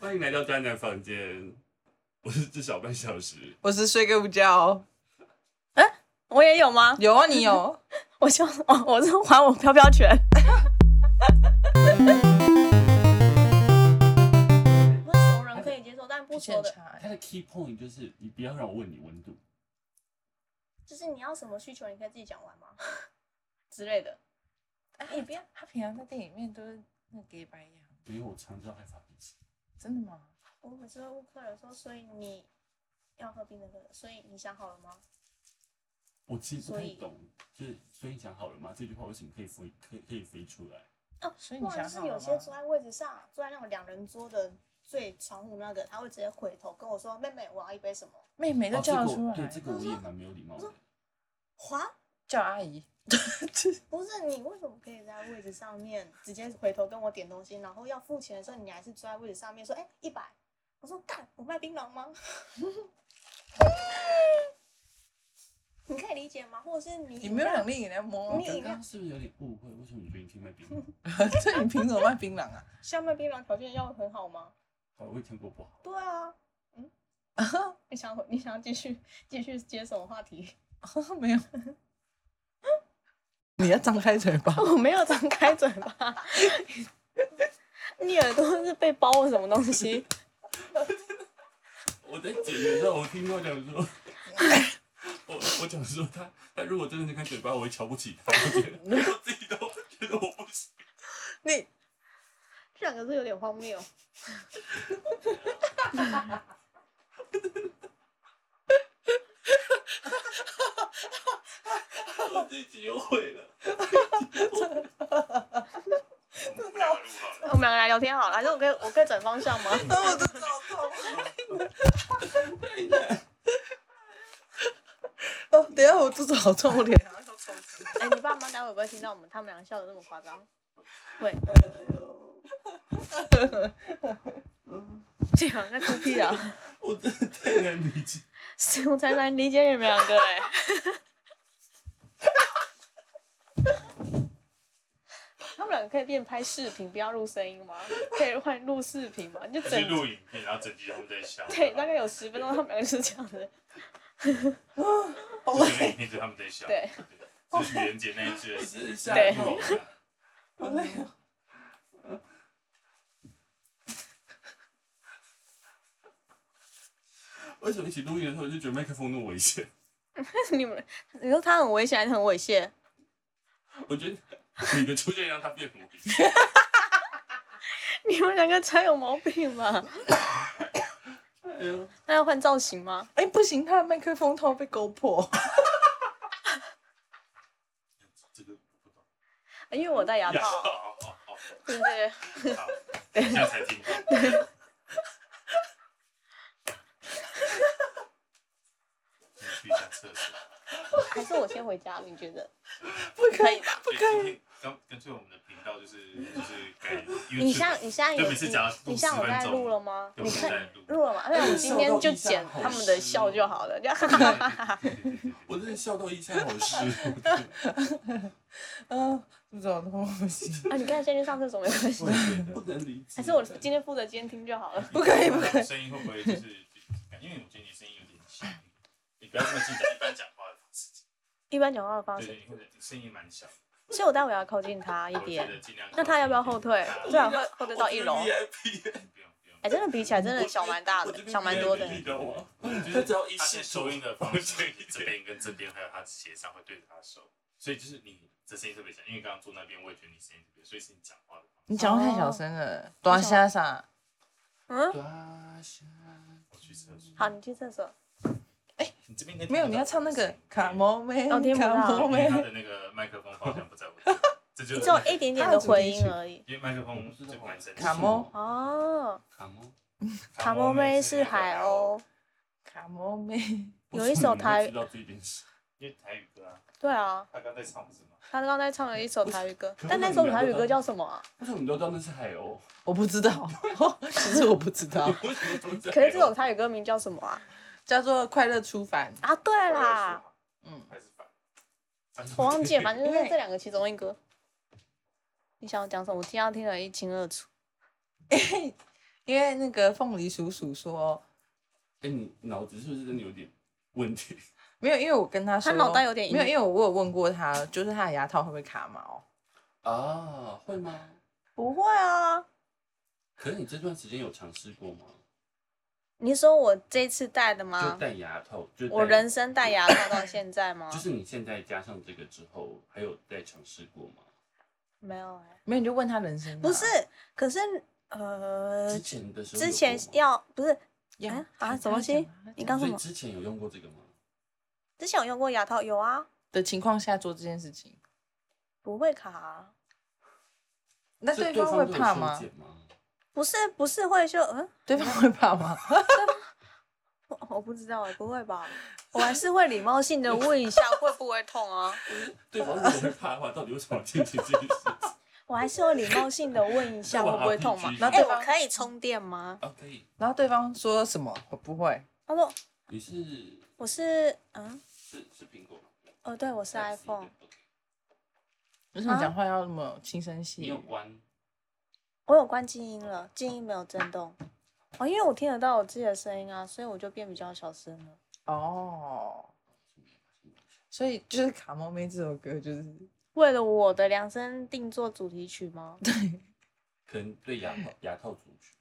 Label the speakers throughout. Speaker 1: 欢迎来到渣男房间，我是至少半小时。
Speaker 2: 我是睡个午觉。哦
Speaker 3: 我也有吗？
Speaker 2: 有啊，你有？
Speaker 3: 我就哦，我是还我飘飘拳。熟人可以接受，但不熟的，
Speaker 2: 查
Speaker 1: 他的 key point 就是你不要让我问你温度，
Speaker 3: 就是你要什么需求，你可以自己讲完吗？ 之类的。
Speaker 4: 哎
Speaker 3: 你不要，
Speaker 4: 他平常在店里面都是那给白眼，
Speaker 1: 没有我常常爱发脾气。
Speaker 4: 真的吗？
Speaker 3: 我每次会问客人说，所以你要喝冰的可乐，所以你想好了吗？
Speaker 1: 我其实不
Speaker 3: 所
Speaker 1: 太
Speaker 3: 以
Speaker 1: 懂，就是所以讲好了吗？这句话为什么可以飞可以可以飞出来？
Speaker 3: 哦，
Speaker 4: 所以你
Speaker 3: 不然
Speaker 4: 想
Speaker 3: 就是
Speaker 4: 好了
Speaker 3: 有
Speaker 4: 吗
Speaker 3: 些坐在位置上，坐在那种两人桌的最常户那个，他会直接回头跟我说：“妹妹，我要一杯什么
Speaker 4: 妹妹都
Speaker 1: 哦这
Speaker 4: 哎叫
Speaker 1: 个
Speaker 4: 得出
Speaker 1: 我
Speaker 4: 来，
Speaker 1: 对这个我也蛮没有礼貌的。？”
Speaker 3: 花
Speaker 4: 叫阿姨，
Speaker 3: 不是你为什么可以在位置上面直接回头跟我点东西，然后要付钱的时候，你还是坐在位置上面说：“哎、一百。”我说：“干，我卖槟榔吗？” 你可以理解吗？或者是你
Speaker 4: 你没有能力你来摸
Speaker 3: 你
Speaker 1: 刚
Speaker 3: 饮料
Speaker 1: 刚是不是有点误会？为什么你觉得你可以卖冰？
Speaker 4: 这你凭什么卖槟榔啊？
Speaker 3: 像卖槟榔条件要很好吗？
Speaker 1: 好，我也听过不好。
Speaker 3: 对啊， 嗯，你想回你想继续继续接什么话题？
Speaker 4: 没有， 你要张开嘴巴。
Speaker 3: 我没有张开嘴巴， 你耳朵是被包了什么东西？
Speaker 1: 我在剪的时候，我听到讲 说，我我讲说他他如果真的是看嘴巴，我会瞧不起他，我 觉得我自己都觉得我不行。
Speaker 4: 你
Speaker 3: 这两个字有点荒谬。
Speaker 1: 我自己又会了。我们俩录好了
Speaker 3: 我们两个来聊天好了，还是我可以我可以转方向吗？
Speaker 4: 我的脚痛。哦，等一下我肚子好痛，我脸好像都抽筋。
Speaker 3: 哎、你爸妈待会不会听到我们他们两个笑的那么夸张？会。这样在哭屁啊！
Speaker 1: 我真的太难理解。
Speaker 3: 我才难理解你们两个哎、他们两个可以变拍视频，不要录声音吗？可以换录视频吗？就
Speaker 1: 去
Speaker 3: 整
Speaker 1: 录影片，然后整集他们在笑。
Speaker 3: 对，大概有十分钟，他们两个就是这样子。
Speaker 1: 就整个影片就是他们在笑。
Speaker 3: 对，
Speaker 1: 就是愚人节那一只。
Speaker 4: 是下
Speaker 3: 对
Speaker 1: 好累为什么一起录音的时候我就觉得麦克风那么危险？
Speaker 3: 你们，你说他很危险还是很猥亵？
Speaker 1: 我觉得你的出现让他变很危险。
Speaker 3: 你们两个才有毛病吧？
Speaker 1: 哎呦，
Speaker 3: 那要换造型吗？
Speaker 4: 哎、不行，他的麦克风套被勾破。
Speaker 1: 这个不懂。
Speaker 3: 啊因为我戴牙
Speaker 1: 呀，
Speaker 3: 套，
Speaker 1: 好好好，
Speaker 3: 对不对？
Speaker 1: 好等一下才听。你去一下厕所。
Speaker 3: 还是我先回家？你觉得
Speaker 4: 不
Speaker 3: 可
Speaker 4: 可以
Speaker 3: 以，吧？
Speaker 1: 所以今天干干脆我们的频道就是就是改 YouTube。
Speaker 3: 你像你现在有
Speaker 1: 就每次讲
Speaker 3: 你像我
Speaker 1: 在
Speaker 3: 在录了吗？
Speaker 1: 对
Speaker 3: 你
Speaker 1: 我
Speaker 3: 看
Speaker 1: 在录
Speaker 3: 录了吗？那我今天就剪他们的笑就好了。
Speaker 1: 我真的笑到一下好湿。
Speaker 4: 嗯、肚子好痛，不行，
Speaker 3: 啊，你看先去上厕所没关系，
Speaker 1: 我也觉得不能理解。
Speaker 3: 还是我今天负责监听就好了。
Speaker 4: 不可以不可以
Speaker 1: 声音会不会就是？因为我觉得你声音有点小，你不要这么紧张，一般讲话的方式。
Speaker 3: 一般讲话的方
Speaker 1: 对
Speaker 3: 式，
Speaker 1: 对，你会声音蛮小。
Speaker 3: 所以我待会要靠近他一
Speaker 1: 我觉得
Speaker 3: 点。
Speaker 1: 尽量。
Speaker 3: 那他要不要后退？最好会后退到一楼。
Speaker 1: VIP，不用不用。
Speaker 3: 哎，真的比起来，真的小蛮大的，小蛮多的。
Speaker 1: 你啊知道吗？他只要一试收音的方式，这边跟这边还有他协商会对着他手，所以就是你这声音特别响，因为刚刚坐那边我也觉得你声音特别，所以是你讲话的方式。
Speaker 4: 你讲话太小声了，短下啥？
Speaker 3: 嗯，
Speaker 1: 我去厕所。
Speaker 3: 好，你去厕所。
Speaker 1: 你这边应该听
Speaker 4: 没
Speaker 1: 得
Speaker 4: 有，
Speaker 1: 到
Speaker 4: 你要唱那个卡摩妹，
Speaker 3: 哦听不到
Speaker 4: 卡摩
Speaker 1: 因为
Speaker 4: 妹
Speaker 1: 他，的那个麦克风方向不在我这里，这就
Speaker 3: 只有一点点的回音而已。
Speaker 1: 因为麦克风是蛮神奇的
Speaker 4: 卡摩
Speaker 3: 哦，
Speaker 1: 卡摩
Speaker 3: 卡莫妹是海鸥，
Speaker 4: 卡摩妹，
Speaker 3: 有一首台
Speaker 1: 知道这一件事，因为台语歌啊，
Speaker 3: 对啊，
Speaker 1: 他刚在唱不是吗？
Speaker 3: 他刚才唱了一首台语歌
Speaker 1: 可是，
Speaker 3: 但那首台语歌叫什么啊？
Speaker 1: 为什么你都知道那是海鸥？
Speaker 4: 我不知道， 其实我不 知道，
Speaker 1: 为什么都知道
Speaker 3: 可是这首台语歌名叫什么啊？
Speaker 4: 叫做快乐出凡。
Speaker 3: 啊，对啦，，
Speaker 4: 嗯，
Speaker 1: 还是反，
Speaker 3: 我忘记了，反正就是这两个其中一个。你想要讲什么？我听他听得一清二楚。
Speaker 4: 因为那个凤梨叔叔说
Speaker 1: 哎、你脑子是不是真的有点问题？
Speaker 4: 没有，因为我跟他说
Speaker 3: 他脑袋有点硬
Speaker 4: 没有，因为我有问过他，就是他的牙套会不会卡毛？
Speaker 1: 啊，会吗？
Speaker 4: 不会啊，
Speaker 1: 可是你这段时间有尝试过吗？
Speaker 3: 你说我这次戴的
Speaker 1: 就
Speaker 3: 吗？
Speaker 1: 戴牙套，就戴
Speaker 3: 啊我人生戴牙套到现在吗？
Speaker 1: 就是你现在加上这个之后，还有再尝试过吗？
Speaker 3: 没有哎、
Speaker 4: 没有你就问他人生啊
Speaker 3: 不是，可是呃
Speaker 1: 之，前的时候有
Speaker 3: 之
Speaker 1: 过
Speaker 3: 前
Speaker 1: 吗
Speaker 3: 要不是
Speaker 4: 呀
Speaker 3: 哎
Speaker 4: 他
Speaker 3: 啊什么
Speaker 4: 他
Speaker 3: 东西
Speaker 4: 讲啊
Speaker 3: 你刚
Speaker 1: 所
Speaker 3: 什
Speaker 1: 以
Speaker 3: 么
Speaker 1: 之前有用过这个吗？
Speaker 3: 之前有用过牙套，有啊，
Speaker 4: 的情况下做这件事情，
Speaker 3: 不会卡、啊，
Speaker 4: 那
Speaker 1: 是
Speaker 4: 对
Speaker 1: 对
Speaker 4: 方会
Speaker 1: 都有
Speaker 4: 怕
Speaker 1: 修
Speaker 4: 吗？
Speaker 1: 剪吗？
Speaker 3: 不是不是会就嗯，
Speaker 4: 对方会怕吗？
Speaker 3: 我我不知道哎、不会吧？我还是会礼貌性的问一下会不会痛啊，
Speaker 1: 对方如果会怕的话，到底为什么要进行这件事 情？
Speaker 3: 我还是会礼貌性的问一下会不会痛嘛
Speaker 1: RPG？
Speaker 4: 然后
Speaker 3: 哎、
Speaker 4: 对
Speaker 3: 我
Speaker 4: 方
Speaker 3: 可以充电吗？
Speaker 1: 啊，可以，
Speaker 4: 然后对方说什么？我不会，
Speaker 3: 他说
Speaker 1: 你是
Speaker 3: 我是嗯
Speaker 1: 是是苹果 吗？
Speaker 3: 哦，对，我是 iPhone，
Speaker 4: 为什么
Speaker 3: 啊
Speaker 4: 讲话要那么轻声细
Speaker 1: 你有
Speaker 4: 语？
Speaker 1: 关
Speaker 3: 我有关静音了，静音没有震动。哦，因为我听得到我自己的声音啊，所以我就变比较小声了。
Speaker 4: 哦，所以就是《卡猫妹》这首歌，就是
Speaker 3: 为了我的量身定做主题曲吗？
Speaker 1: 可能对 牙套牙套族群，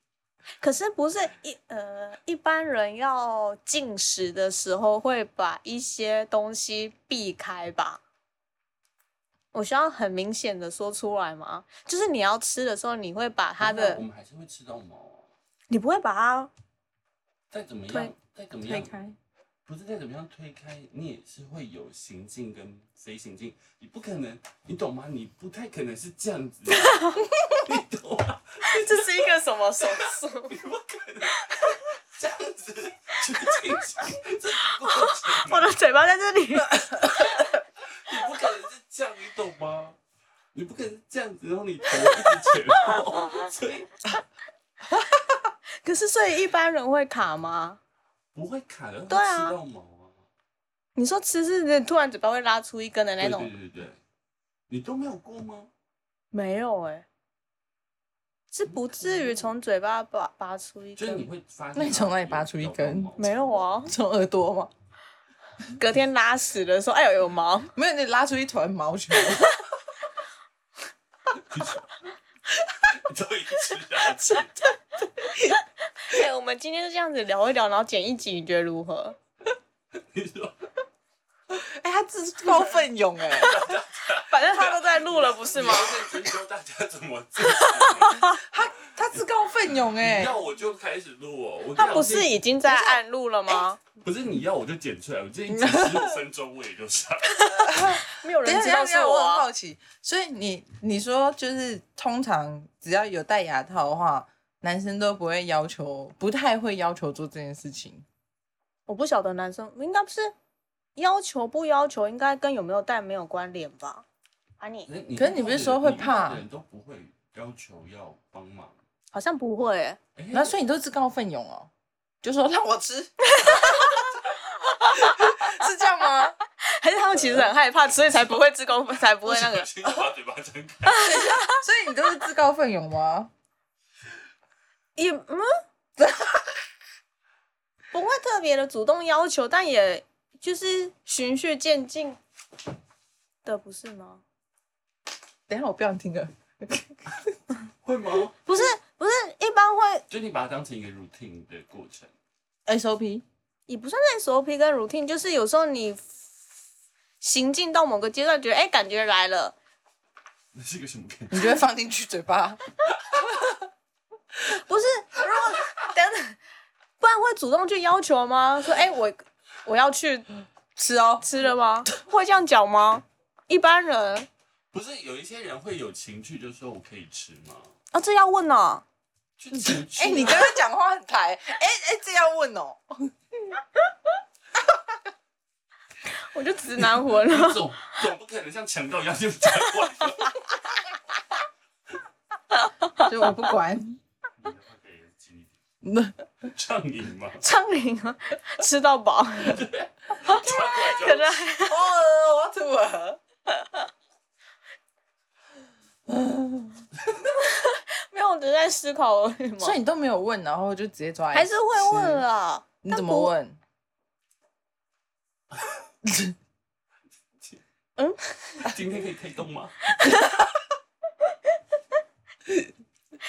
Speaker 3: 可是不是一呃，一般人要进食的时候会把一些东西避开吧？我需要很明显的说出来吗？就是你要吃的时候，你会把它
Speaker 1: 不会啊我
Speaker 3: 的，
Speaker 1: 们还是会吃到毛啊。
Speaker 3: 你不会把它
Speaker 1: 再怎么样
Speaker 3: 推，
Speaker 1: 再怎么
Speaker 4: 推
Speaker 1: 样，
Speaker 4: 开，
Speaker 1: 不是再怎么样推开，你也是会有行进跟非行进，你不可能，你懂吗？你不太可能是这样 子，你懂吗？
Speaker 3: 这是一个什么手术？
Speaker 1: 你不可能 这样子去进行，这不过程
Speaker 3: 我
Speaker 1: 啊
Speaker 3: 的嘴巴在这里。
Speaker 1: 你不可能是这样，你懂吗？你不可能是这样子，然后你头 一直前
Speaker 4: 啊
Speaker 1: 后，所以
Speaker 3: 可是，所以一般人会卡吗？
Speaker 1: 不会卡的，
Speaker 3: 对啊
Speaker 1: 会吃到毛啊，
Speaker 3: 你说吃是突然嘴巴会拉出一根的那
Speaker 1: 对
Speaker 3: 种？
Speaker 1: 对对对，你都没有过吗？
Speaker 3: 没有哎、是不至于从嘴巴拔拔出一
Speaker 1: 就是你
Speaker 3: 根，
Speaker 1: 会发现，
Speaker 4: 那你从哪里拔出一根
Speaker 3: 没有？ 啊？
Speaker 4: 从耳朵吗？
Speaker 3: 隔天拉屎的时候，哎呦有毛，
Speaker 4: 没有，你拉出一团毛球，
Speaker 1: 都已经吃下去，
Speaker 3: 哎、我们今天就这样子聊一聊，然后剪一集，你觉得如何？
Speaker 1: 你说
Speaker 4: 哎，他自告奋勇哎，
Speaker 3: 反正他都在录了，不是吗？
Speaker 1: 你要认真教大家怎么 做。你
Speaker 4: 他自告奋勇哎，
Speaker 1: 要我就开始录哦，我
Speaker 3: 他不是已经在按录了吗？
Speaker 1: 不是你要我就剪出来，我这一集 十五分钟我也就上。
Speaker 3: 没有
Speaker 4: 等
Speaker 3: 人
Speaker 4: 一
Speaker 3: 知
Speaker 4: 下，
Speaker 3: 道
Speaker 4: 等一
Speaker 3: 是
Speaker 4: 下，我
Speaker 3: 我、
Speaker 4: 很
Speaker 3: 啊
Speaker 4: 好。奇，所以你你说就是通常只要有戴牙套的话，男生都不会要求，不太会要求做这件事情。
Speaker 3: 我不晓得男生应该不是要求不要求，应该跟有没有戴没有关联吧？啊你，
Speaker 1: 你
Speaker 4: 可是你不是说会怕
Speaker 1: 你遇到的人都不会要求要帮忙。
Speaker 3: 好像不会、欸，
Speaker 1: 哎
Speaker 4: 然后所以你都自告奋勇哦，嗯就说让我吃， 是这样吗？
Speaker 3: 还是他们其实很害怕，所以才不会自宫，才不会那
Speaker 1: 不小
Speaker 3: 个。
Speaker 1: 心把嘴巴张开，
Speaker 4: 所以你都是自告奋勇吗？
Speaker 3: 也嗯， 不会特别的主动要求，但也就是循序渐进的，不是吗？
Speaker 4: 等一下我不想听了，
Speaker 1: 会吗？
Speaker 3: 不是，不是，一般会
Speaker 1: 就你把它当成一个 routine 的过程，
Speaker 4: SOP
Speaker 3: 也不算在 SOP 跟 routine，就是有时候你行进到某个阶段，觉得哎、感觉来了，
Speaker 1: 那是一个什么感觉？
Speaker 4: 你就会放进去嘴巴，
Speaker 3: 不是，如果等等，不然会主动去要求吗？说哎、我我要去
Speaker 4: 吃哦。
Speaker 3: 吃了 吗？会这样讲吗？一般人
Speaker 1: 不是有一些人会有情趣，就说我可以吃吗？
Speaker 3: 啊，这要问呢、
Speaker 1: 就情趣啊。
Speaker 4: 哎、你刚刚讲话很抬，哎、哎、这样问哦，
Speaker 3: 我就直男魂了。
Speaker 1: 总总不可能像强盗一样就转过来。
Speaker 4: 就我不管。
Speaker 1: 你的话可以轻一点，
Speaker 4: 哦
Speaker 1: 畅饮嘛，
Speaker 3: 苍蝇啊，吃到饱，
Speaker 1: 转过来就
Speaker 3: 可能
Speaker 4: 哦，我要吐了。
Speaker 3: 没有，我只是在思考而已嘛。
Speaker 4: 所以你都没有问，然后就直接抓来
Speaker 3: 还是会问啊
Speaker 4: 吃。
Speaker 3: 啦。
Speaker 4: 你怎么问？
Speaker 1: 今天可以开动吗？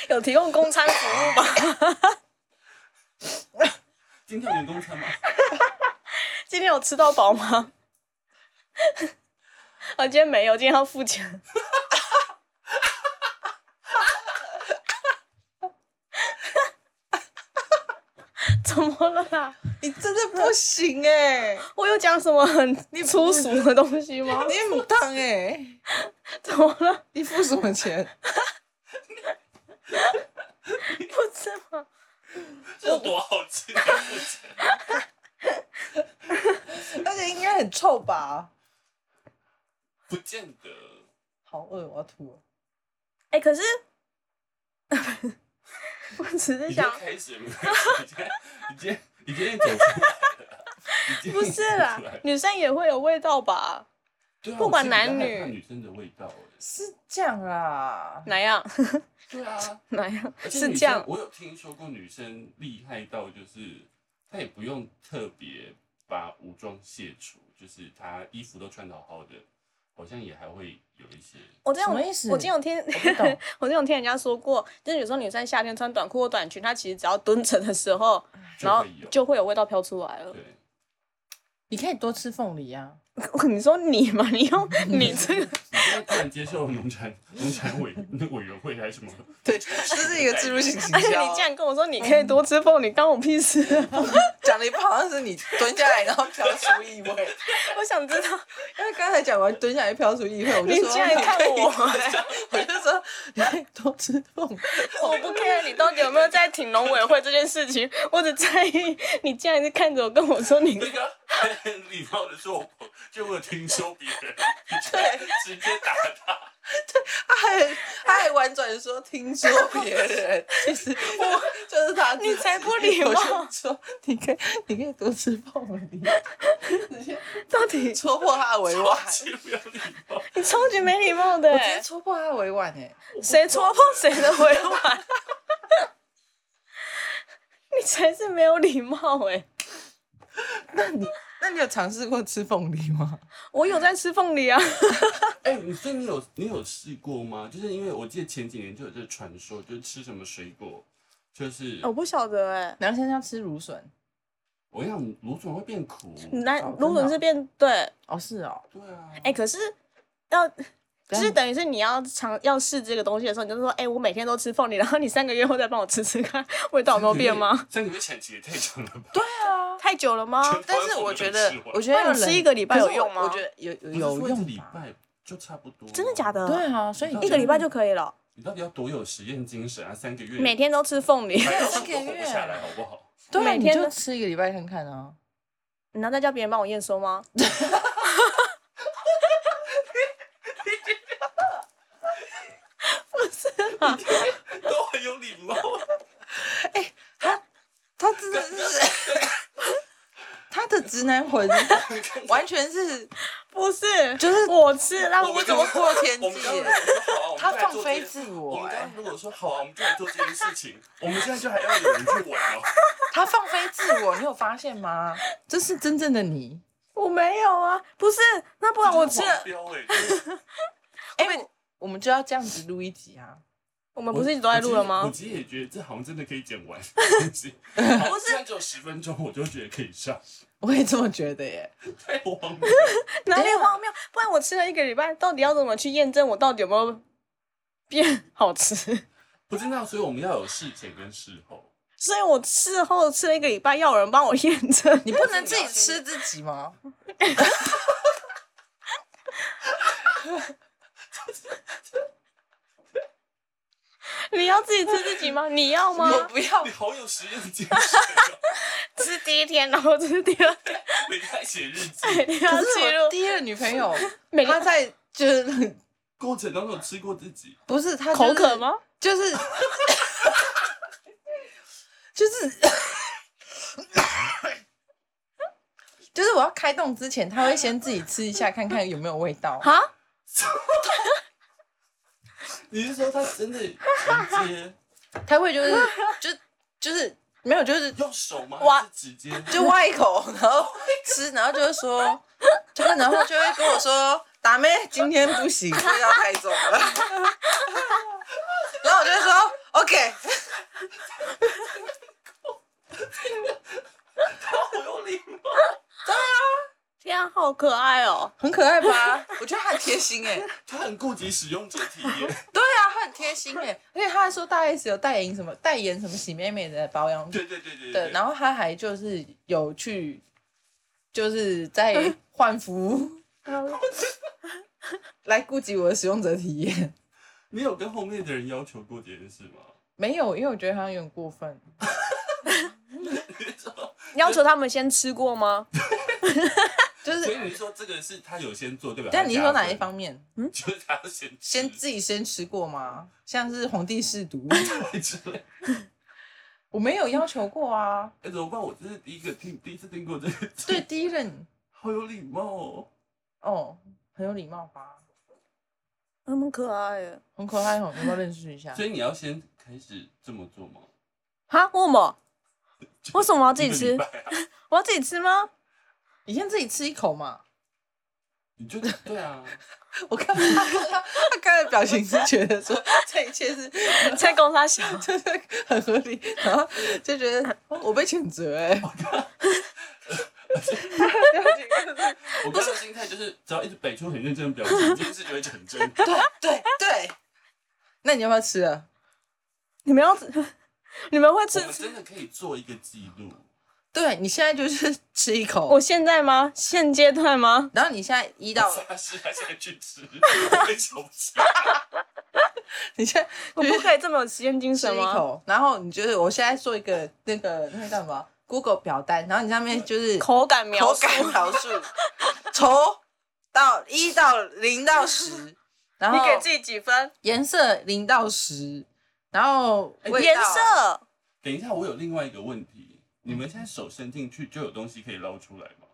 Speaker 3: 有提供公餐服务吗？
Speaker 1: 今天有员工餐吗？
Speaker 3: 今天有吃到饱吗？ 啊，今天没有，今天要付钱。 怎么了啦？
Speaker 4: 你真的不行哎、
Speaker 3: 我有讲什么很粗俗的东西吗？
Speaker 4: 你母汤哎，
Speaker 3: 怎么了？
Speaker 4: 你付什么钱？
Speaker 3: 不是吗？
Speaker 1: 这有多好吃的不吃？
Speaker 4: 而且应该很臭吧？
Speaker 1: 不见得。
Speaker 4: 好饿，我要吐了。
Speaker 3: 哎、可是 我只是
Speaker 1: 你就
Speaker 3: 想，
Speaker 1: 开始， 没关系你今天你今天你今天走出来了。你今天
Speaker 3: 不是啦
Speaker 1: 走出来，
Speaker 3: 女生也会有味道吧？
Speaker 1: 对啊
Speaker 3: 不管男
Speaker 1: 我
Speaker 3: 女
Speaker 1: 其实比较害怕女生的味道欸
Speaker 4: 是这样啊啦，
Speaker 3: 哪样？
Speaker 1: 对啊，
Speaker 3: 哪样？
Speaker 1: 而且
Speaker 3: 是
Speaker 1: 女
Speaker 3: 这样
Speaker 1: 生。我有听说过女生厉害到，就是她也不用特别把武装卸除，就是她衣服都穿的好好的，好像也还会有一些。
Speaker 3: 我这
Speaker 4: 什
Speaker 3: 种
Speaker 4: 么意思
Speaker 3: 我这种听，
Speaker 4: 不懂
Speaker 3: 我这种听人家说过，就是有时候女生夏天穿短裤或短裙，她其实只要蹲着的时候，
Speaker 1: 就
Speaker 3: 然后
Speaker 1: 会有
Speaker 3: 就会有味道飘出来了。
Speaker 1: 对，
Speaker 4: 你可以多吃凤梨啊。
Speaker 3: 你说你嘛，你用你这个，
Speaker 1: 你现在突然接受农产农产委那委员会还是什么？
Speaker 4: 对，这是一个植入性行
Speaker 3: 而且
Speaker 4: 销
Speaker 3: 哎你。这样跟我说你可以多吃凤梨，关我屁事啊！
Speaker 4: 讲的一半好像是你蹲下来，然后飘出异味。
Speaker 3: 我想知道
Speaker 4: 因为刚才讲完蹲下来飘出异味，我就
Speaker 3: 你
Speaker 4: 说
Speaker 3: 竟然看我，
Speaker 4: 我就说你可以多吃凤梨。
Speaker 3: 我不 care 你到底有没有在挺农委会这件事情，我只在意你竟然是看着我跟我说你
Speaker 1: 那个很 礼貌的说，我就我有听说别人 直接打他，
Speaker 4: 他还他还婉转地说听说别人，其实我就是他自己。
Speaker 3: 你才不礼貌
Speaker 4: 我就说你可以你可以多吃凤梨，
Speaker 3: 到底
Speaker 4: 戳破他的委婉。
Speaker 1: 其实不要礼貌。
Speaker 3: 你超级没礼貌的
Speaker 4: 我
Speaker 3: 欸、
Speaker 4: 直接戳破他的委婉哎、
Speaker 3: 谁戳破谁的委婉？ 你才是没有礼貌哎、
Speaker 4: 那你有尝试过吃凤梨吗？
Speaker 3: 我有在吃凤 梨啊，
Speaker 1: 哎、你所以你有你有试过吗？就是因为我记得前几年就有这个传说，就是吃什么水果，就是、
Speaker 3: 我不晓得哎、
Speaker 4: 梁先生要吃芦笋
Speaker 1: 我想芦笋会变苦。
Speaker 3: 那
Speaker 4: 哦真的
Speaker 3: 芦笋
Speaker 4: 哦
Speaker 3: 是变对哎、
Speaker 4: 哦，是哦，
Speaker 1: 对啊，
Speaker 3: 可是要就是
Speaker 4: 等
Speaker 3: 等于是你要尝要试这个东西的时候，你就说哎、我每天都吃凤梨，然后你三个月后再帮我吃吃看味道有没有变 吗？？
Speaker 1: 这你们产期也太长了 吧？
Speaker 3: 太久了吗？
Speaker 4: 但是我觉得
Speaker 1: 吃完
Speaker 4: 我觉得
Speaker 3: 那
Speaker 4: 要
Speaker 3: 你吃
Speaker 4: 冷
Speaker 3: 一个礼拜
Speaker 4: 可是
Speaker 3: 有用
Speaker 4: 我
Speaker 3: 吗
Speaker 4: 我觉得有
Speaker 1: 不
Speaker 4: 有
Speaker 1: 是说
Speaker 4: 有
Speaker 1: 一个
Speaker 4: 用
Speaker 1: 礼
Speaker 4: 吧？
Speaker 1: 拜就差不多。
Speaker 3: 真的假？的？
Speaker 4: 对啊，所以你
Speaker 3: 一个礼拜
Speaker 4: 就
Speaker 3: 就可以了，
Speaker 1: 你到底要多有实验精神啊？三个月
Speaker 3: 每天都吃凤 梨，
Speaker 1: 白老鼠都
Speaker 4: 三个
Speaker 1: 活
Speaker 4: 月
Speaker 1: 不下来，好不好？
Speaker 4: 对啊，
Speaker 3: 每
Speaker 4: 你
Speaker 3: 天
Speaker 4: 就
Speaker 3: 呢
Speaker 4: 吃一个礼拜看看啊。
Speaker 3: 然后再叫别人帮我验收吗？
Speaker 1: 都很有礼 貌。
Speaker 4: 他真的是 他的直男魂， 完全是
Speaker 3: 不是，
Speaker 4: 就是
Speaker 3: 我吃，那
Speaker 4: 我
Speaker 3: 我
Speaker 4: 们怎么过天
Speaker 1: 我们刚刚如
Speaker 4: 际
Speaker 1: 果？说好啊，我们
Speaker 4: 他
Speaker 1: 就来
Speaker 4: 放
Speaker 1: 做
Speaker 4: 飞
Speaker 1: 这件
Speaker 4: 自
Speaker 1: 我
Speaker 4: 我、
Speaker 1: 们刚
Speaker 4: 哎
Speaker 1: 刚如果说好啊，我们就来做这件事情，我们现在就还要有人去玩 哦。
Speaker 4: 他放飞自我，你有发现吗？ 这是真正的你。
Speaker 3: 我没有啊，不是，那不然我吃了
Speaker 1: 这，就是黄标 哎，就是
Speaker 4: 哎、我我们就要这样子录一集啊！
Speaker 3: 我们不是一直都在录了
Speaker 1: 我
Speaker 3: 吗？
Speaker 1: 其实也觉得这好像真的可以剪 完，不是？虽然只有十分钟，我就觉得可以上，
Speaker 4: 我也这么觉得耶。
Speaker 1: 太荒谬。
Speaker 3: 哪里
Speaker 4: 对啊
Speaker 3: 荒谬？不然我吃了一个礼拜，到底要怎么去验证我到底有没有变好吃？
Speaker 1: 不知道，所以我们要有事前跟事后。
Speaker 3: 所以我事后吃了一个礼拜，要有人帮我验证。
Speaker 4: 你不能自己吃自己吗？
Speaker 3: 你要自己吃自己吗？你要吗？
Speaker 4: 我不要
Speaker 1: 你， 好有实验精神哦，
Speaker 3: 吃第一天，然后吃第二天，
Speaker 1: 每天还写日记，
Speaker 3: 你
Speaker 4: 可
Speaker 3: 要
Speaker 4: 是
Speaker 3: 记
Speaker 4: 我
Speaker 3: 录
Speaker 4: 第一个女朋 友，
Speaker 3: 每
Speaker 4: 她
Speaker 3: 天
Speaker 4: 在就是
Speaker 1: 过程当中有吃过自己，
Speaker 4: 不是她、
Speaker 3: 口渴？吗？
Speaker 4: 就是 就是。 就是我要开动之前，她会先自己吃一下，看看有没有味道。
Speaker 3: 啊？
Speaker 1: 你是说他真的直接
Speaker 4: 他会就是就就是没有就是
Speaker 1: 用手吗？
Speaker 4: 哇
Speaker 1: 还是直接
Speaker 4: 就挖一口，然后吃，然后就是说，就是然后就会跟我说，打妹今天不行，味道太重了。 然后我就会说 OK，
Speaker 1: 我有礼貌。
Speaker 3: 天啊，好可爱哦！
Speaker 4: 很可爱吧？我觉得他很贴心哎、
Speaker 1: 他很顾及使用者体验，
Speaker 4: 对啊，他很贴心哎、 而且他还说大 S 有代言什么代言什么洗妹妹的保养品，
Speaker 1: 对对对对
Speaker 4: 对，然
Speaker 1: 后
Speaker 4: 后他还就是有去，就是在换服 务
Speaker 1: 嗯
Speaker 4: 来顾及我的使用者体验。
Speaker 1: 你有跟后面的人要求过这件事吗？
Speaker 4: 没有，因为我觉得他有点过分。
Speaker 1: 你是说
Speaker 3: 要求他们先吃过吗？
Speaker 4: 就是
Speaker 1: 所以你是说这个是他有先做对吧？
Speaker 4: 但你是说哪一
Speaker 1: 他加分？
Speaker 4: 方面？
Speaker 1: 就是他先 吃
Speaker 4: 先自己先吃过
Speaker 1: 嗯
Speaker 4: 吗？像是皇帝试毒，
Speaker 1: 之类。
Speaker 4: 我没有要求 过啊。
Speaker 1: 哎，怎么办？我这是第一个听，第一次听过这个，
Speaker 4: 对，第一任
Speaker 1: 好有礼貌哦。
Speaker 4: 哦，很有礼貌吧，
Speaker 3: 他们可爱耶！
Speaker 4: 很可爱哦，要不要认识一下
Speaker 1: 所？以你要先开始这么做吗？
Speaker 3: 哈，为什么？为什么我要自己
Speaker 1: 一个礼
Speaker 3: 吃
Speaker 1: 拜？啊
Speaker 3: 我要自己吃吗？
Speaker 4: 你先自己吃一口嘛。
Speaker 1: 你就对 啊，
Speaker 4: 我看他他他刚才的表情是觉得说这一切是
Speaker 3: 在公他小，
Speaker 4: 就是很合理，然后就觉得哦我被谴责哎、欸。
Speaker 1: 我刚刚的心态就是，只要一直摆出很认真的表情，这件事就会成 真。
Speaker 4: 对对对，那你要不要吃啊？
Speaker 3: 你们要， 你们会
Speaker 1: 我
Speaker 3: 吃？
Speaker 1: 们真的可以做一个记录，
Speaker 4: 对你现在就是吃一口，
Speaker 3: 我现在吗？现阶段吗？
Speaker 4: 然后你现在一到
Speaker 1: 他是他现在去吃， 为什么吃？
Speaker 4: 你现在
Speaker 3: 我不可以这么有实验精
Speaker 4: 吃啊
Speaker 3: 神
Speaker 4: 一
Speaker 3: 吗？
Speaker 4: 口，然后你就是我现在做一个那个那个叫什么 Google 表单，然后你上面就是
Speaker 3: 口感描
Speaker 4: 口
Speaker 3: 述，
Speaker 4: 感描 述，从到一到零到十，然后
Speaker 3: 你给自己几分？
Speaker 4: 颜色零到十，然后味道啊
Speaker 3: 颜色
Speaker 1: 等一下，我有另外一个问题，你们现在手伸进去就有东西可以捞出来吗？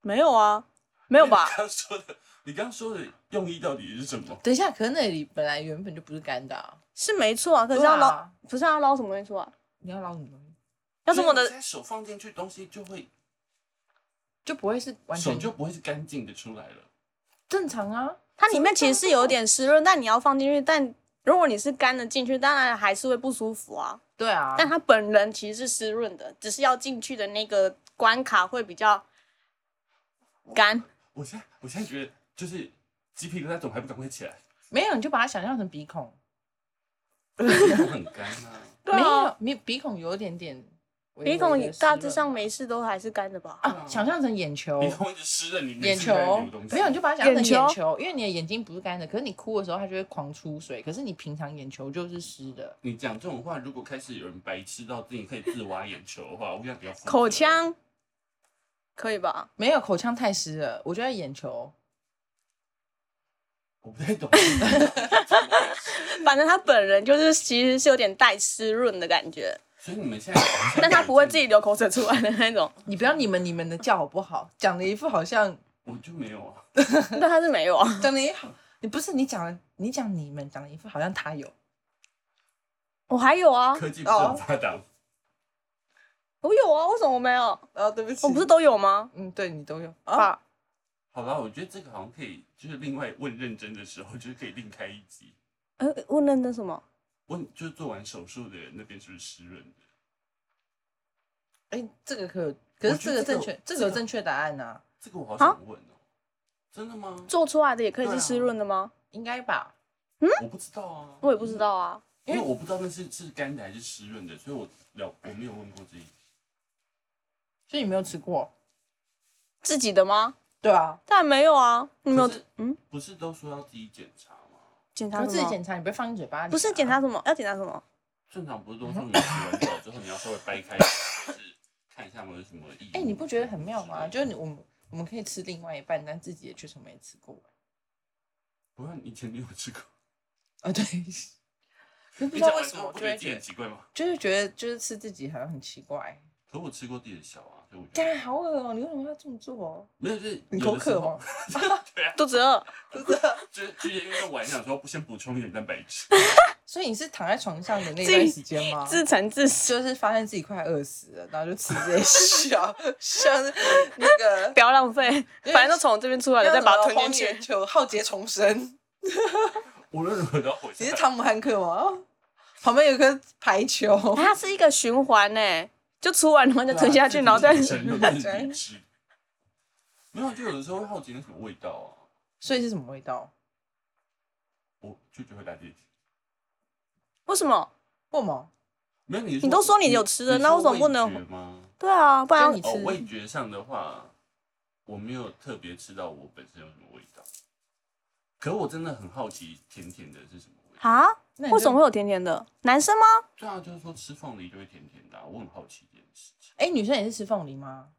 Speaker 3: 没有啊，没有吧
Speaker 1: 你？刚说的，你刚说的用意到底是什么？
Speaker 4: 等一下，可是那里本来原本就不是干的、啊，
Speaker 3: 是没错啊，可是
Speaker 4: 对
Speaker 3: 要
Speaker 4: 啊
Speaker 3: 捞，不是要捞什么东西出来？
Speaker 4: 你要捞什么东西，
Speaker 3: 要是我
Speaker 1: 所以你
Speaker 3: 的
Speaker 1: 现在手放进去，东西就会
Speaker 4: 就不会是完
Speaker 1: 手
Speaker 4: 全
Speaker 1: 就不会是干净的出来了。
Speaker 4: 正常啊。
Speaker 3: 它里面其实是有点湿润，但你要放进去，但如果你是干的进去，当然还是会不舒服啊。
Speaker 4: 对啊，
Speaker 3: 但它本人其实是湿润的，只是要进去的那个关卡会比较干。
Speaker 1: 我现在我现在觉得就是鸡皮疙瘩总还不赶快起 来，
Speaker 4: 没有你就把它想象成鼻孔，
Speaker 1: 很干啊。
Speaker 3: 对啊
Speaker 4: 没有，没鼻孔有一点点微微
Speaker 3: 鼻
Speaker 4: 的湿润吧，
Speaker 3: 孔大致上没事都还是干的吧？
Speaker 4: 啊，想象成眼球，
Speaker 3: 哦
Speaker 1: 你同一直湿了，你每
Speaker 4: 眼
Speaker 1: 次看
Speaker 4: 球
Speaker 1: 你有东西
Speaker 4: 没有，你就把它想成
Speaker 3: 眼球
Speaker 4: 眼球，因为你的眼睛不是干的，可是你哭的时候它就会狂出水，可是你平常眼球就是湿的。
Speaker 1: 你讲这种话，如果开始有人白痴到自己可以自挖眼球的话，我想比较
Speaker 3: 口腔可以吧？
Speaker 4: 没有口腔太湿了，我觉得眼球
Speaker 1: 我不太懂。
Speaker 3: 反正他本人就是其实是有点带湿润的感觉，
Speaker 1: 所以你们现 在，
Speaker 3: 但他不会自己，流口水出来的那种。
Speaker 4: 你不要你们你们的叫好不好？讲的一副好像
Speaker 1: 我就没有啊。
Speaker 3: 但他是没有啊。
Speaker 4: 讲的好，你不是你讲的，你讲你们讲的一副好像他有，
Speaker 3: 我还有啊，
Speaker 1: 科技不是很发达，
Speaker 3: 哦我有啊，为什么我没有？
Speaker 4: 哦，对不起
Speaker 3: 我不是都有吗？
Speaker 4: 嗯，对你都有啊，
Speaker 3: 爸，
Speaker 1: 好吧，我觉得这个好像可以，就是另外问认真的时候，就是可以另开一集。
Speaker 3: 呃，问认真什么？
Speaker 1: 问就是做完手术的人那边是不是湿润的？
Speaker 4: 哎，这个可有可是
Speaker 1: 我觉
Speaker 4: 这
Speaker 1: 得这个
Speaker 4: 个正确，这
Speaker 1: 这
Speaker 4: 个
Speaker 1: 个
Speaker 4: 有正确答案啊，
Speaker 1: 这个我好
Speaker 3: 啊
Speaker 1: 想问哦、真的吗？
Speaker 3: 做出来的也可以
Speaker 1: 对
Speaker 3: 是
Speaker 1: 啊
Speaker 3: 湿润的吗？
Speaker 4: 应该吧？
Speaker 1: 我不知道啊，
Speaker 3: 我也不知，道啊。
Speaker 1: 因为我不知道那是是干的还是湿润的，所以我了我没有问过这一题。
Speaker 4: 所以你没有吃过？
Speaker 3: 自己的吗？
Speaker 4: 对啊，
Speaker 3: 但没有啊，你没有
Speaker 1: 可是
Speaker 3: 嗯
Speaker 1: 不是都说要自己检查吗？
Speaker 3: 检
Speaker 4: 然
Speaker 3: 查
Speaker 4: 后自己
Speaker 3: 什么？啊
Speaker 4: 检查，你不会放进嘴巴里啊？
Speaker 3: 不是检查什么？要检查什么？
Speaker 1: 正常不是都说你洗完澡之后你要稍微掰开一下，就是看一下有没有什么异物？
Speaker 4: 哎、你不觉得很妙吗？就是你
Speaker 1: 你
Speaker 4: 我们我们可以吃另外一半，但自己也确实没吃过
Speaker 1: 不要，你以前没有吃过，
Speaker 4: 啊。对，就不
Speaker 1: 你
Speaker 4: 知道
Speaker 1: 讲
Speaker 4: 为
Speaker 1: 完
Speaker 4: 什
Speaker 1: 之
Speaker 4: 么
Speaker 1: 后
Speaker 4: 我
Speaker 1: 不
Speaker 4: 就
Speaker 1: 觉得
Speaker 4: 会
Speaker 1: 自己
Speaker 4: 觉
Speaker 1: 很
Speaker 4: 得，
Speaker 1: 奇怪吗？
Speaker 4: 就是觉得就是吃自己好像很奇怪。
Speaker 1: 可我吃过自己的小啊，所以我觉
Speaker 4: 干
Speaker 1: 得
Speaker 4: 好恶哦、你为什么要这么做？
Speaker 1: 没有，就是
Speaker 4: 你
Speaker 1: 有
Speaker 4: 口
Speaker 1: 的时
Speaker 4: 渴哦
Speaker 1: 候
Speaker 4: 吗？？
Speaker 1: 对啊，
Speaker 3: 肚子饿，
Speaker 1: 就是之前运动完想说不先补充一点蛋白质，
Speaker 4: 所以你是躺在床上的那
Speaker 3: 自己
Speaker 4: 段时间吗？
Speaker 3: 自残自食，
Speaker 4: 就是发现自己快饿死了，然后就吃这些小， 像是那 个
Speaker 3: 不要浪费，
Speaker 4: 为
Speaker 3: 反正都从我这边出来了，再把它吞进
Speaker 4: 荒野
Speaker 3: 去。
Speaker 4: 球浩劫重生，
Speaker 1: 无论如何都要活下
Speaker 4: 你是
Speaker 1: 来。
Speaker 4: 汤姆汉克吗？哦旁边有颗排球，
Speaker 3: 它是一个循环呢，就出完然后就吞下去，
Speaker 1: 自己
Speaker 3: 然后再
Speaker 1: 产生的自己吃。没有，就有的时候会好奇那什么味道啊，
Speaker 4: 所以是什么味道？
Speaker 1: 我就觉得来自己。
Speaker 3: 为什么？
Speaker 4: 过吗？
Speaker 1: 没有，你是
Speaker 3: 你都说你有吃的那为什么不能
Speaker 1: 你说味觉吗？
Speaker 3: 对啊，不然
Speaker 4: 跟你
Speaker 1: 哦，
Speaker 4: 吃
Speaker 1: 味觉上的话，我没有特别吃到我本身有什么味道，可我真的很好奇甜甜的是什么味道。
Speaker 3: 啊，
Speaker 4: 那你就
Speaker 3: 为什么会？有甜甜的？男生吗？
Speaker 1: 对啊，就是说吃凤梨就会甜甜的啊、我很好奇这件事情。
Speaker 4: 哎、女生也是吃凤梨吗？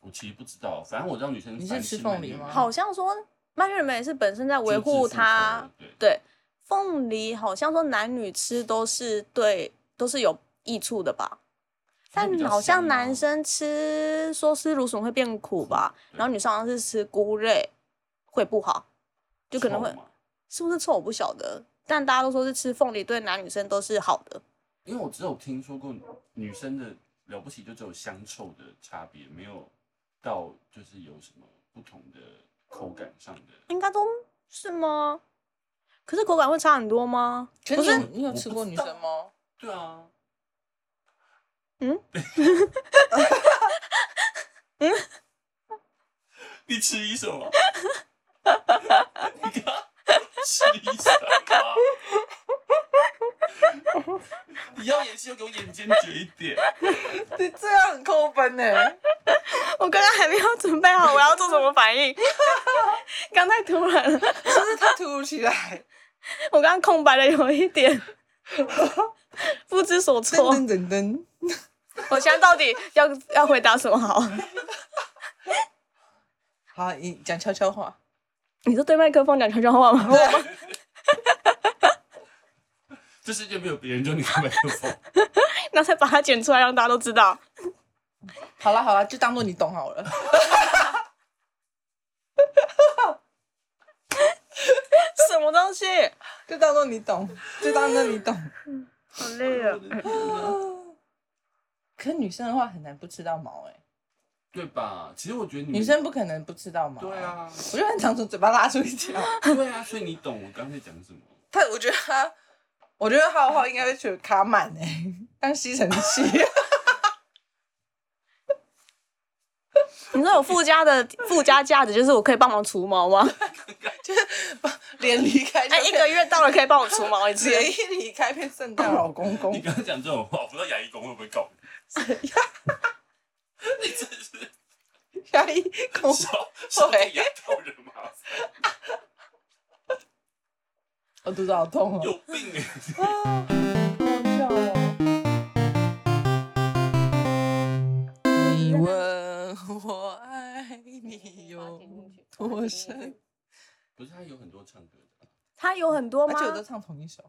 Speaker 1: 我其实不知道，反正我知道女生
Speaker 4: 你是
Speaker 1: 凡
Speaker 4: 吃
Speaker 1: 事
Speaker 4: 凤
Speaker 1: 慢
Speaker 4: 梨
Speaker 1: 热
Speaker 4: 吗
Speaker 1: 嘛
Speaker 3: 好像说蔓越莓是本身在
Speaker 1: 就
Speaker 3: 维
Speaker 1: 是
Speaker 3: 护
Speaker 1: 妇
Speaker 3: 它
Speaker 1: 科，对
Speaker 3: 对凤梨好像说男女吃都是对，都是有益处的吧？但好
Speaker 1: 啊
Speaker 3: 像男生吃说吃芦笋会变苦吧，
Speaker 1: 对
Speaker 3: 然后女生好像是吃菇类会不好，就
Speaker 1: 就
Speaker 3: 可能会是不是臭我不晓得，但大家都说是吃凤梨对男女生都是好的。
Speaker 1: 因为我只有听说过女生的了不起，就只有香臭的差别，没有到就是有什么不同的口感上的。
Speaker 3: 应该都是吗？可是口感会差很多吗？
Speaker 4: 可
Speaker 3: 不
Speaker 4: 是
Speaker 3: 是
Speaker 4: 你有你有吃过女生吗？
Speaker 1: 对啊，
Speaker 3: 嗯，
Speaker 1: 你吃一什么？你刚吃一啊什么？你要演戏就给我演坚决一点。
Speaker 4: 对， 这样很扣分呢、
Speaker 3: 我刚刚还没有准备好我要做什么反应， 刚太突然了，
Speaker 4: 就是它突如其来，
Speaker 3: 我刚刚空白了有一点不知所
Speaker 4: 噔
Speaker 3: 措。
Speaker 4: 噔噔噔。
Speaker 3: 我现在到底要要回答什么好？
Speaker 4: 好，你讲悄悄话。
Speaker 3: 你是对麦克风讲悄悄话吗？
Speaker 1: 这世界没有别人，就你的麦克风。
Speaker 3: 那再把它剪出来让大家都知道。
Speaker 4: 好了好了，就当做你懂好了。
Speaker 3: 什么东西？
Speaker 4: 就当做你懂，就当做你懂。
Speaker 3: 好累啊！
Speaker 4: 可女生的话很难不吃到毛哎、
Speaker 1: 对吧？其实我觉得你们
Speaker 4: 女生不可能不吃到毛。
Speaker 1: 对，啊，
Speaker 4: 我就很常从嘴巴拉出一条。
Speaker 1: 对啊，所以你懂我刚才讲什么？
Speaker 4: 他，我觉得他，我觉得浩浩应该会觉得卡满哎、 当吸尘 器。
Speaker 3: 你说有附加的附加价值，就是我可以帮忙除毛吗？
Speaker 4: 脸离开就
Speaker 3: 哎、一
Speaker 4: 变，
Speaker 3: 个月到了可以帮我除毛一次。
Speaker 4: 脸一离开变圣诞老公公
Speaker 1: 你。刚刚讲这种话，我不知道牙医工会不会告你。你真是
Speaker 4: 牙医公公，
Speaker 1: 少少给牙套人麻烦，
Speaker 4: 我肚子好痛哦。
Speaker 1: 有病哎！
Speaker 4: 好笑哦。你问我爱你有多深？
Speaker 1: 不是他有很多唱歌的，
Speaker 3: 他有很多
Speaker 4: 而
Speaker 3: 吗
Speaker 4: 且？我都唱同一首。